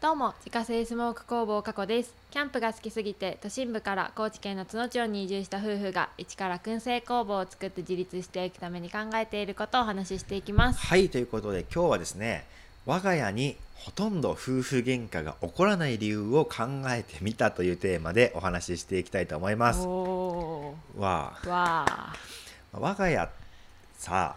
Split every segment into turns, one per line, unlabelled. どうも自家製スモーク工房加古ですキャンプが好きすぎて都心部から高知県の津野町に移住した夫婦が一から燻製工房を作って自立していくために考えていることをお話ししていきます
はいということで今日はですね我が家にほとんど夫婦喧嘩が起こらない理由を考えてみたというテーマでお話ししていきたいと思います。
お
わ
ーわあ
あ我が家さ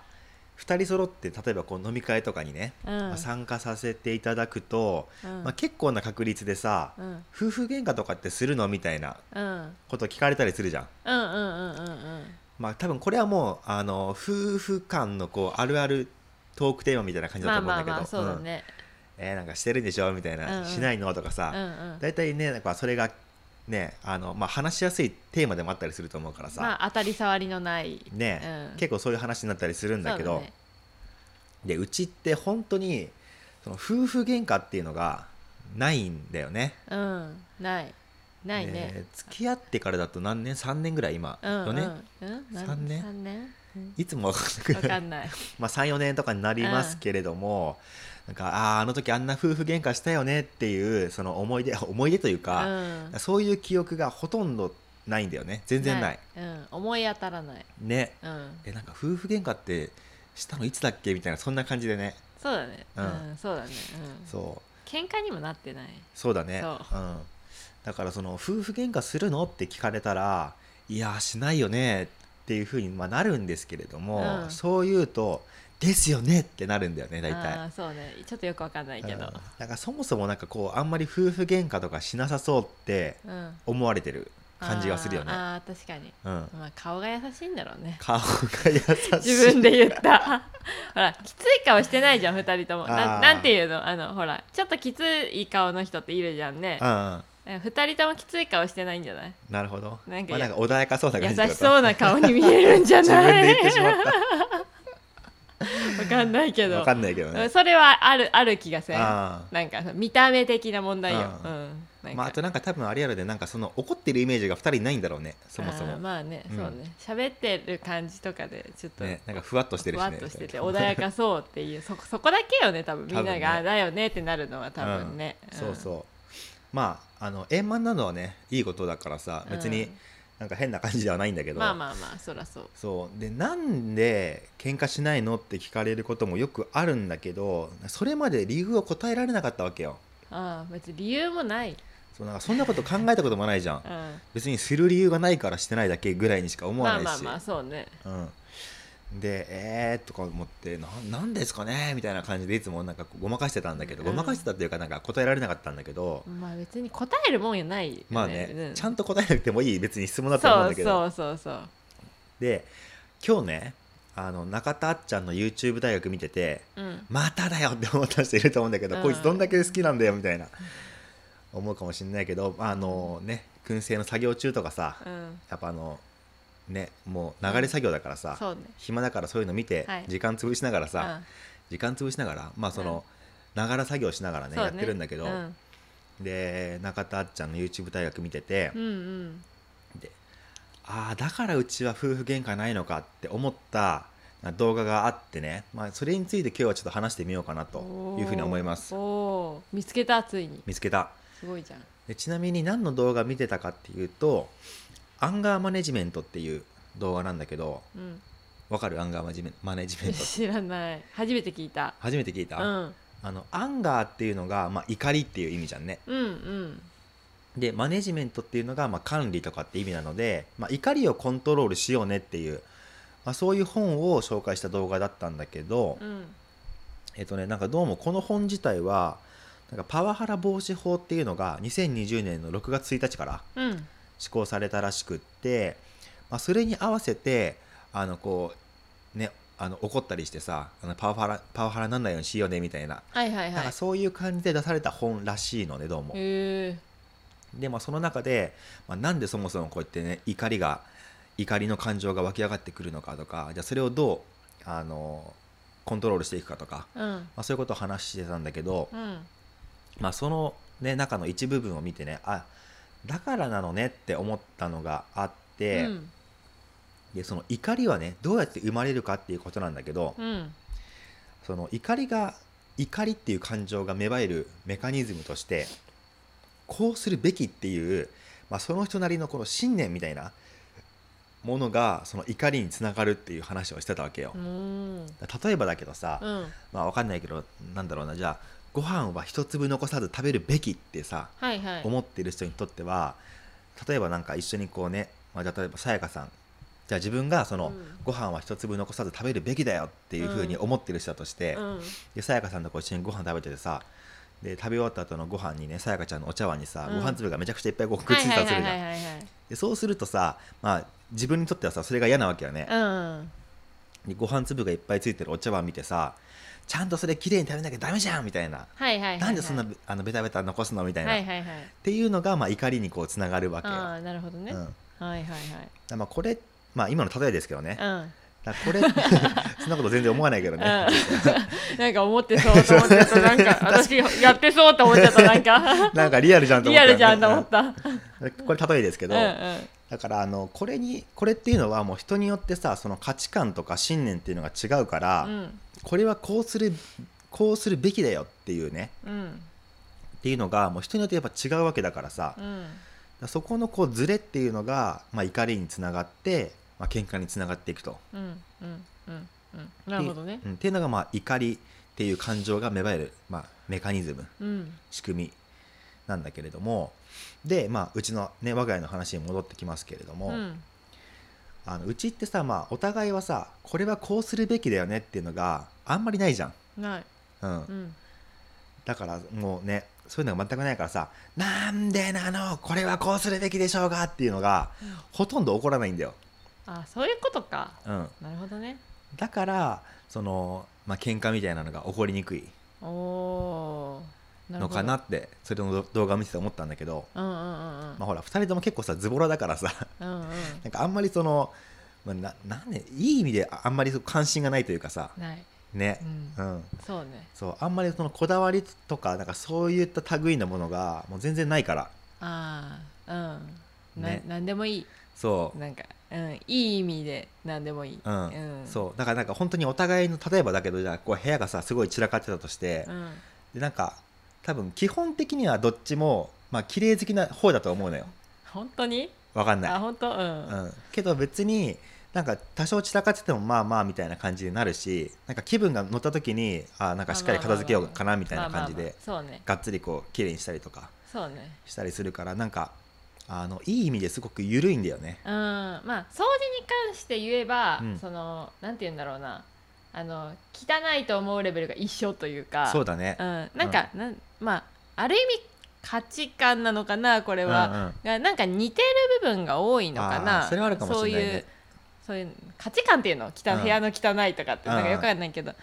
2人揃って例えばこう飲み会とかにね、
うん
まあ参加させていただくと、
うん
まあ、結構な確率でさ、
うん
夫婦喧嘩とかってするのみたいな
うん
こと聞かれたりするじゃん。
うんうんうんうん
まあ多分これはもうあの夫婦間のこうあるあるトークテーマみたいな感
うん
じだ
まあまあ
と思うんだけど、
まあそうだ
うん
ね
えーなんかしてるんでしょみたいな、
うんうん
しないのとか
うんう
さ、
ん
大体ねなんかそれがねあの、まあ、話しやすいテーマでもあったりすると思うからさ、
まあ当たり障りのない
ね、
うん
結構そういう話になったりするんだけど
そうね
でうちって本当にその夫婦喧嘩っていうのがないんだよね。
うんないないね
で付き合ってからだと何年3年ぐらい今、
うんうん
4年、
うんなん
三年
三年うん
いつもわかんなく
わ
なる
かんない
まあ、34年とかになりますけれども、なんかああーあの時あんな夫婦喧嘩したよねっていうその思い出思い出というか、
うん
そういう記憶がほとんどないんだよね全然ない
うん、思い当たらない、
ね
うん、
えなんか夫婦喧嘩ってしたのいつだっけみたいなそんな感じでね
そうだね、う
うんん
そうだね、うん、
そう
喧嘩にもなってない
そうだね、
そうん
だからその夫婦喧嘩するのって聞かれたらいやーしないよねっていうふうにまあなるんですけれども、
うん
そう言うとですよねってなるんだよね大体
あ。ーそうねちょっとよくわかんないけど
うん、なんかそもそもなんかこうあんまり夫婦喧嘩とかしなさそうって
うん、
思われてる感じがするよね、
あーあー確かに、
うん、
まあ、顔が優しいんだろうね
顔が優しい
自分で言った ほらきつい顔してないじゃん2人ともな
あー
なんていうのあのほらちょっときつい顔の人っているじゃんね
うんうん
2人ともきつい顔してないんじゃない
なるほど
なんか
まあ、なんか穏やかそうな感
優
じだ
しそうな顔に見えるんじゃ
自
な
分で
い
言ってし まっ
わかんないけ
た
ど
わかんないけど
うん
ね
それはあるある気がせん
あ
なんか見た目的な問題よ、う
うんん
なんか
まあ、あとなんか多分あれやろでなんかその怒ってるイメージが2人ないんだろうねそもそ
あー
も、
まあね、
うん
そうね喋ってる感じとかでちょっと、
ね、なんかふわっとしてる
ふ
し
わ
ね
っとしてて穏やかそうっていうそこそこだけよね多分みんなが、
多分ね
あだよねってなるのは多分ね、
うんそう
う
そうまああの円満なのはねいいことだからさ別
う
に
ん
なんか変な感じではないんだけど、
まあまあまあそらそう
そうでなんで喧嘩しないのって聞かれることもよくあるんだけどそれまで理由を答えられなかったわけよ
ああ別に理由もない、
そうなんかそんなこと考えたこともないじゃん
うん、
別にする理由がないからしてないだけぐらいにしか思
ま
わ
あ
ないし、
まあまあそうね
うん、でえー、とか思ってななんですかねみたいな感じでいつもなんかごまかしてたんだけど、
うん
ごまかしてたっていうかなんか答えられなかったんだけど、
まあ別に答えるもんやないよ、
まあね、
う
ちゃ
ん
んと答えなくてもいい別に質問だと思う
そ
んだ
う
けど
そうそうそう
で今日ねあの中田あっちゃんの YouTube 大学見てて
うん
まただよって思った人いると思うんだけど、
うん
こいつどんだけ好きなんだよみたいな思うかもしれないけどあのね燻製の作業中とかさ
うん
やっぱあのねもう流れ作業だからさ、
そうね
暇だからそういうの見て、
はい
時間潰しながらさ、時間潰しながらまあその、ながら作業しながら
う
ね
そう
やってるんだけど、
うん
で中田あっちゃんの YouTube 大学見てて、
うんうん
でああだからうちは夫婦喧嘩ないのかって思った動画があってね、まあ、それについて今日はちょっと話してみようかなというふうに思います
おーおー見つけたついに
見つけた
すごいじゃん
でちなみに何の動画見てたかっていうとアンガーマネジメントっていう動画なんだけど
うん
わかるアンガーマネジメマネジメントって
知らない初めて聞いた
初めて聞いた、
うん
あのアンガーっていうのが、まあ、怒りっていう意味じゃんね
うんうん
でマネジメントっていうのが、まあ、管理とかって意味なので、まあ、怒りをコントロールしようねっていう、まあ、そういう本を紹介した動画だったんだけど、
うん
えっとねなんかどうもこの本自体はなんかパワハラ防止法っていうのが2020年の6月1日から
うん
施行されたらしくって、まあ、それに合わせてあのこうねあの怒ったりしてさあのパワハラパワハラなんないようにしようねみたいな,、
はいはい
なん
はい
かそういう感じで出された本らしいのねどうも。
へえ
で、まあ、その中で、まあ、なんでそもそもこうやってね怒りが怒りの感情が湧き上がってくるのかとかじゃあそれをどうあのコントロールしていくかとか、
うん
まあ、そういうことを話してたんだけど、
うん
まあ、その、ね、中の一部分を見てねあだからなのねって思ったのがあって、
うん
でその怒りはねどうやって生まれるかっていうことなんだけど、
うん
その怒りが怒りっていう感情が芽生えるメカニズムとしてこうするべきっていう、まあ、その人なりのこの信念みたいなものがその怒りにつながるっていう話をしてたわけよ。
うん
例えばだけどさ、
うん
まあわかんないけどなんだろうなじゃあご飯は一粒残さず食べるべきってさ
はいはい
思ってる人にとっては例えばなんか一緒にこうね、まあ、じゃあ例えばさやかさんじゃあ自分がその、
うん
ご飯は一粒残さず食べるべきだよっていうふうに思ってる人だとして、
うん
でさやかさんとこう一緒にご飯食べててさで食べ終わった後のご飯にねさやかちゃんのお茶碗にさ、
うん
ご飯粒がめちゃくちゃいっぱいこうくっ
は
つ
い
いて
は
た
いは
りする
い
じゃん、
はいはい
でそうするとさ、まあ、自分にとってはさそれが嫌なわけよね、
うん
でご飯粒がいっぱいついてるお茶碗見てさちゃんとそれきれいに食べなきゃダメじゃんみたいな、
はいはいはいはい
なんでそんなあのベタベタ残すのみたいな、
は
っ
いはいはい
ていうのが、まあ、怒りにこうつながるわけよ。
ああなるほどね
うん
はいはいはい
だまあこれまあ今の例えですけどね、
うん
だこ れそんなこと全然思わないけどね、
うん なんか思ってそうと思っちゃったなん か私やってそうと思っちゃったなんか
なんかリアルじゃんと思
リ
った
ア
よね、
ルじゃんと思った
うんこれ例えですけ
うん
ど、
うん
だからあのこれにこれっていうのはもう人によってさその価値観とか信念っていうのが違うから、
うん
これはこうするこうするべきだよっていうね
うん
っていうのがもう人によってやっぱ違うわけだからさ、だか
うん
らそこのこうズレっていうのが、まあ、怒りにつながって、まあ喧嘩につながっていくと。
うんうんうんうんなるほどね
でうん、っていうのがまあ怒りっていう感情が芽生える、まあ、メカニズム
うん
仕組みなんだけれどもで、まあ、うちの、ね、我が家の話に戻ってきますけれども、
う
うんあのうちってさ、まあ、お互いはさこれはこうするべきだよねっていうのがあんまりないじゃん、
ない
う
う
ん
ん
だからもうねそういうのが全くないからさ「なんでなのこれはこうするべきでしょうが」っていうのがほとんど起こらないんだよ。
あそういうことか
うん、
なるほどね
だからその、まあ喧嘩みたいなのが起こりにくい
おおなる
の
ほ
か
ど
なってそれの動画を見てて思ったんだけど、
うんうんうん
まあ、ほら2人とも結構さズボラだからさ
うんうん
なんかあんまりその、まあ、ななんでいい意味でああんまりそう関心がないというかさ
ない
ね
う、ん
うん、
そうね
そうあんまりそのこだわりとかなんかそういった類のものがもう全然ないから
ああうんな
ね
なんでもいい
そう、
なんかうんいい意味でなんでもいい
うん
う
そうだからなんか本当にお互いの例えばだけどじゃあこう部屋がさすごい散らかってたとして、
うん
でなんか多分基本的にはどっちもまあ綺麗好きな方だと思うのよ
本当に
わかんない
あ本当うん
うん、けど別になんか多少散らかっててもまあまあみたいな感じになるしなんか気分が乗った時にあなんかしっかり片付けようかなみたいな感じ
まあ
で
まあまあそうね
がっつりこう綺麗にしたりとか
そうね
したりするからなんかあのいい意味ですごく緩いんだよね。
うんまあ掃除に関して言えば、
うん
そのなんて言うんだろうなあの汚いと思うレベルが一緒というか
そうだね、
うん、なんか、なんまあある意味価値観なのかなこれは、
うんうん
がなんか似てる部分が多いのか
あ
な
ーそれはあるかもしれないね
そういうそういう価値観っていうの汚
うん
部屋の汚いとかって
うん
なんかよくわかんないけど、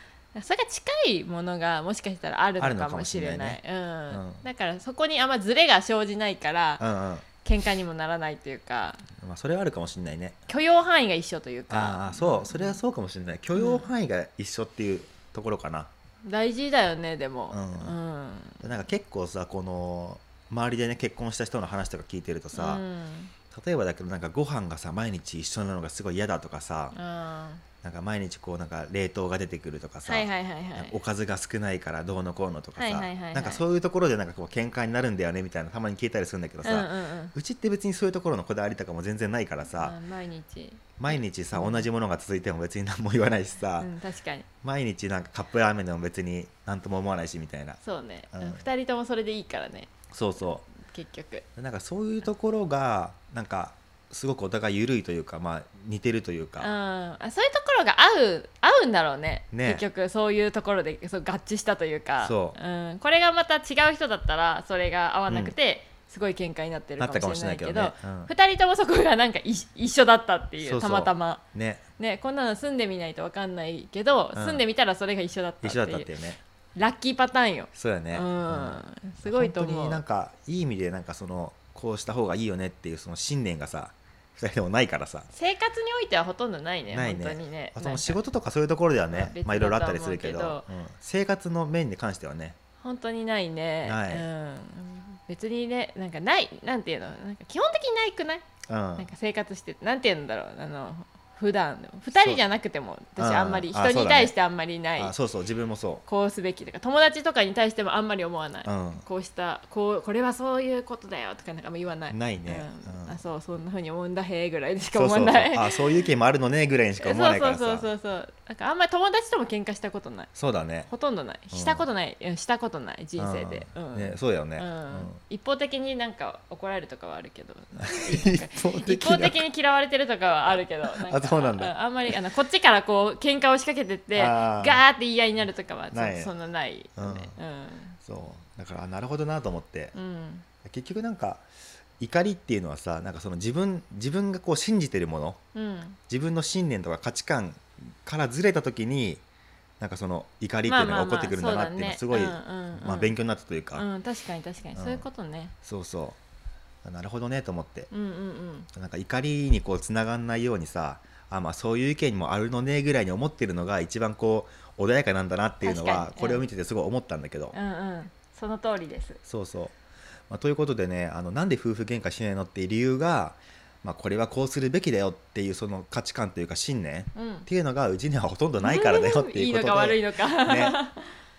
それが近いものがもしかしたらある
ある
のか
のかも
も
し
し
れな
れな
い
い
ね
うん
うん
だからそこにあんまズレが生じないから、
うんうん
喧嘩にもならないというか
まあ、それはあるかもしれないね。
許容範囲が一緒という
あ
か
あそうそれはそうかもしれない許容範囲が一緒っていうところかな。
大事だよねでも、
う
うん
なんか結構さこの周りでね結婚した人の話とか聞いてるとさ、
うん
例えばだけどなんかご飯がさ毎日一緒なのがすごい嫌だとかさ
あ
なんか毎日こうなんか冷凍が出てくるとか
ー
さ、
はいはいはいは
なんか
い
おかずが少ないからどうのこうのとかさ、
はいはいはいはい
なんかそういうところでなんかこう喧嘩になるんだよねみたいなたまに聞いたりするんだけどさ、
う
うん
うんうん
ちって別にそういうところのこだわりとかも全然ないからさ、
あ毎日、
毎日さ同じものが続いても別に何も言わないしさ、
うん、確かに
毎日なんかカップラーメンでも別に何とも思わないしみたいな
そうね、
う
うんん、2人ともそれでいいからね
そうそ
結局
うなんかそういうところがなんかすごくお互い緩いというかまあ似てるという
うん
か、
あそういうところが合う合うんだろうね
ね
結局そういうところでそう合致したというか
そう、
ん、これがまた違う人だったらそれが合わなくて、すごい喧嘩になってる
なった
か
か
も
も
し
し
れな
れないい
け
け
ど
どねうん
2人ともそこがなんかい一緒だったっていう
そうそう
たまたま、
ね
ね、こんなの住んでみないと分かんないけど、
うん
住んでみたらそれが一緒だったって
一
い
緒
う
だったっていうね
ラッキーパターンよ、
そうだね、
う
うん
ん、すごいと
本当
思う
になんかいい意味でなんかそのこうした方がいいよねっていうその信念がさ2人でもないからさ
生活においてはほとんどないね
ないね
本当にね
あそ
なん
の
か
仕事とかそういうところではね
別
まあいろいろあったりするけど
だと思う
うん生活の面に関してはね
本当にないね
ない
うん、別にねなんかないなんていうのなんか基本的にないくない、
うん
なんか生活してなんていうんだろうあの普段の2人じゃなくても
そう
私あんまり
うん
人
あそう
に
だね
対してあんまりない
あそうそう自分もそ
こうすべきとか友達とかに対してもあんまり思わない、
う、う
こうしたこうこれはそういうことだよとかなんかも言わない
ん、ないね、
うん
うん
あそうそんなふうに思うんだへーぐらいでしか
そう
思
そ
わ
うそう
ない
あそういう意見もあるのねぐらいにしか
そう
思わないか
そう
らさ
そうそうそうなんかあんまり友達とも喧嘩したことない
そうだね
ほとんどない
うん
したことない、いやしたことない人生で、う
うん
ん
ね、そうだよね、
う
うんん
一方的になんか怒られるとかはあるけど
一方
一
的
方
な
的に嫌われてるとかはあるけどなんか
あそうなんだ
ああんまりあのこっちからこう喧嘩を仕掛けてって
あ
ガー
ー
って言い合いになるとかはそ
ない
そんなないよね、
そうだからあなるほどなと思って、
うんうん
結局なんか怒りっていうのはさなんかその自分自分がこう信じてるもの
うん
自分の信念とか価値観からずれた時になんかその怒りっていうのが起こってくるんだなっていうのはすごいまあ勉
強
強になったというか、
うん確かに確かに、
うん
そういうことね
そうそうなるほどねと思って
うんうんうん
なんか怒りにこうつながんないようにさあまあそういう意見もあるのねぐらいに思ってるのが一番こう穏やかなんだなっていうの
確か
は
にうん
これを見ててすごい思ったんだけど、
うんうんその通りです
そうそう、まあ、ということでねあのなんで夫婦喧嘩しないのっていう理由が、まあ、これはこうするべきだよっていうその価値観というか信念っ
うん
ていうのがうちにはほとんどないからだよって
い
いう
い
こ
の
と
か悪
で。
いのか、
ね、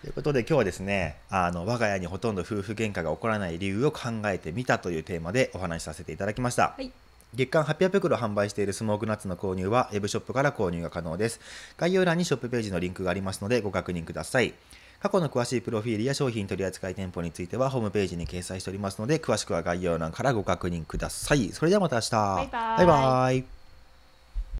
ということで今日はですねあの我が家にほとんど夫婦喧嘩が起こらない理由を考えてみたというテーマでお話しさせていただきました。
はい
月間800袋販売しているスモークナッツの購入はウェブショップから購入が可能です。概要欄にショップページのリンクがありますのでご確認ください。過去の詳しいプロフィールや商品取扱店舗についてはホームページに掲載しておりますので詳しくは概要欄からご確認ください。それではまた明日。
バイバイ
バイバイ